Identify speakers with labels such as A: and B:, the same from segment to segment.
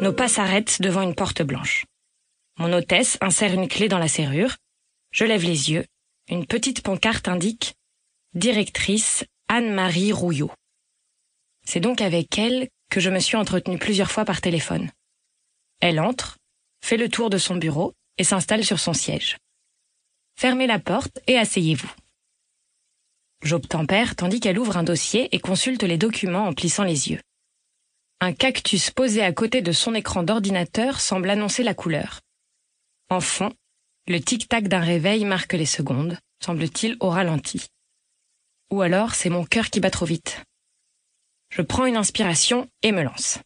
A: Nos pas s'arrêtent devant une porte blanche. Mon hôtesse insère une clé dans la serrure. Je lève les yeux. Une petite pancarte indique Directrice Anne-Marie Rouillot. C'est donc avec elle que je me suis entretenue plusieurs fois par téléphone. Elle entre, fait le tour de son bureau et s'installe sur son siège. Fermez la porte et asseyez-vous. J'obtempère tandis qu'elle ouvre un dossier et consulte les documents en plissant les yeux. Un cactus posé à côté de son écran d'ordinateur semble annoncer la couleur. En fond, le tic-tac d'un réveil marque les secondes, semble-t-il au ralenti. Ou alors c'est mon cœur qui bat trop vite. Je prends une inspiration et me lance.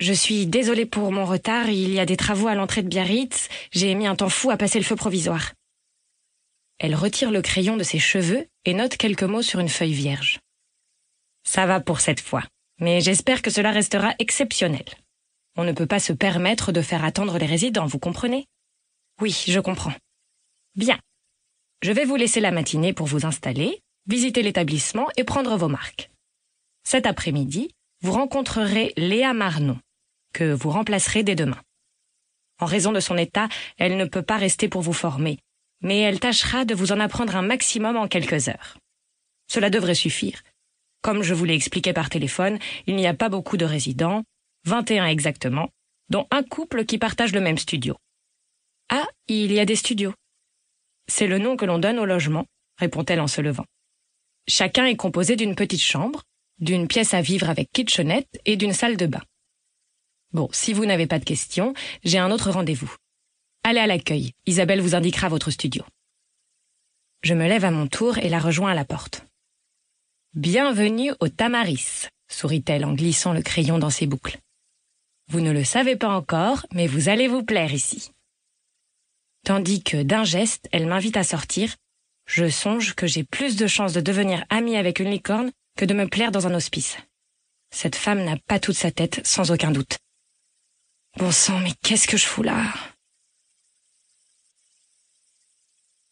A: Je suis désolée pour mon retard, il y a des travaux à l'entrée de Biarritz, j'ai mis un temps fou à passer le feu provisoire. Elle retire le crayon de ses cheveux et note quelques mots sur une feuille vierge. Ça va pour cette fois, mais j'espère que cela restera exceptionnel. On ne peut pas se permettre de faire attendre les résidents, vous comprenez Oui, je comprends. Bien. Je vais vous laisser la matinée pour vous installer, visiter l'établissement et prendre vos marques. Cet après-midi, vous rencontrerez Léa Marnon, que vous remplacerez dès demain. En raison de son état, elle ne peut pas rester pour vous former, mais elle tâchera de vous en apprendre un maximum en quelques heures. Cela devrait suffire. Comme je vous l'ai expliqué par téléphone, il n'y a pas beaucoup de résidents, 21 exactement, dont un couple qui partage le même studio. Ah, il y a des studios. C'est le nom que l'on donne au logement, répond-elle en se levant. Chacun est composé d'une petite chambre, d'une pièce à vivre avec kitchenette et d'une salle de bain. Bon, si vous n'avez pas de questions, j'ai un autre rendez-vous. Allez à l'accueil. Isabelle vous indiquera votre studio. Je me lève à mon tour et la rejoins à la porte. Bienvenue au Tamaris, sourit-elle en glissant le crayon dans ses boucles. Vous ne le savez pas encore, mais vous allez vous plaire ici. Tandis que d'un geste, elle m'invite à sortir, je songe que j'ai plus de chances de devenir amie avec une licorne que de me plaire dans un hospice. Cette femme n'a pas toute sa tête, sans aucun doute. Bon sang, mais qu'est-ce que je fous là?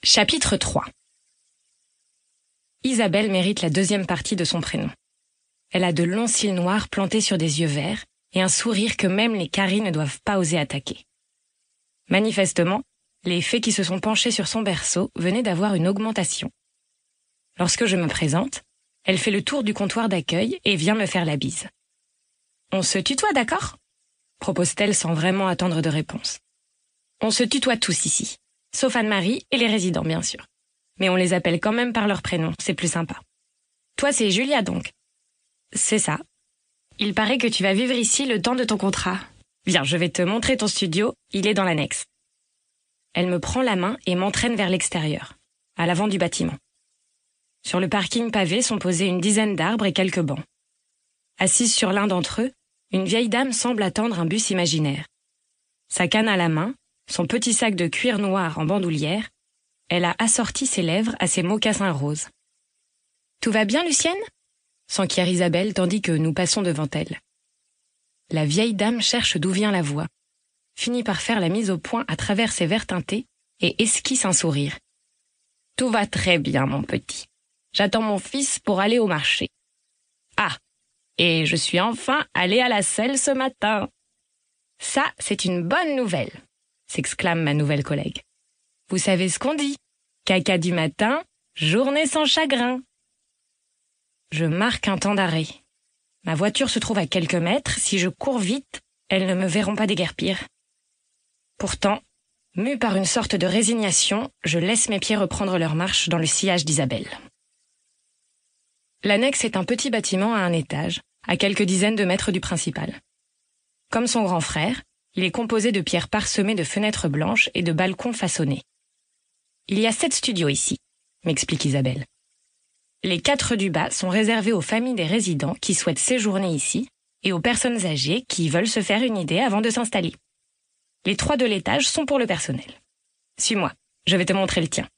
A: Chapitre 3 Isabelle mérite la deuxième partie de son prénom. Elle a de longs cils noirs plantés sur des yeux verts et un sourire que même les caries ne doivent pas oser attaquer. Manifestement, les fées qui se sont penchées sur son berceau venaient d'avoir une augmentation. Lorsque je me présente, elle fait le tour du comptoir d'accueil et vient me faire la bise. On se tutoie, d'accord propose-t-elle sans vraiment attendre de réponse. On se tutoie tous ici, sauf Anne-Marie et les résidents, bien sûr. Mais on les appelle quand même par leur prénom, c'est plus sympa. Toi, c'est Julia, donc. C'est ça. Il paraît que tu vas vivre ici le temps de ton contrat. Viens, je vais te montrer ton studio, il est dans l'annexe. Elle me prend la main et m'entraîne vers l'extérieur, à l'avant du bâtiment. Sur le parking pavé sont posés une dizaine d'arbres et quelques bancs. Assise sur l'un d'entre eux, une vieille dame semble attendre un bus imaginaire. Sa canne à la main, son petit sac de cuir noir en bandoulière, elle a assorti ses lèvres à ses mocassins roses. Tout va bien, Lucienne s'enquiert Isabelle tandis que nous passons devant elle. La vieille dame cherche d'où vient la voix, finit par faire la mise au point à travers ses verres teintés et esquisse un sourire. Tout va très bien, mon petit. J'attends mon fils pour aller au marché. Ah. Et je suis enfin allée à la selle ce matin. Ça, c'est une bonne nouvelle s'exclame ma nouvelle collègue. Vous savez ce qu'on dit Caca du matin, journée sans chagrin. Je marque un temps d'arrêt. Ma voiture se trouve à quelques mètres, si je cours vite, elles ne me verront pas déguerpir. Pourtant, mue par une sorte de résignation, je laisse mes pieds reprendre leur marche dans le sillage d'Isabelle. L'annexe est un petit bâtiment à un étage, à quelques dizaines de mètres du principal. Comme son grand frère, il est composé de pierres parsemées de fenêtres blanches et de balcons façonnés. Il y a sept studios ici, m'explique Isabelle. Les quatre du bas sont réservés aux familles des résidents qui souhaitent séjourner ici et aux personnes âgées qui veulent se faire une idée avant de s'installer. Les trois de l'étage sont pour le personnel. Suis-moi, je vais te montrer le tien.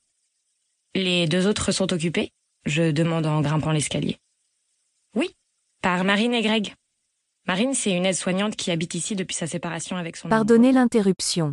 A: Les deux autres sont occupés Je demande en grimpant l'escalier. Oui, par Marine et Greg, Marine, c'est une aide-soignante qui habite ici depuis sa séparation avec son
B: Pardonnez l'interruption.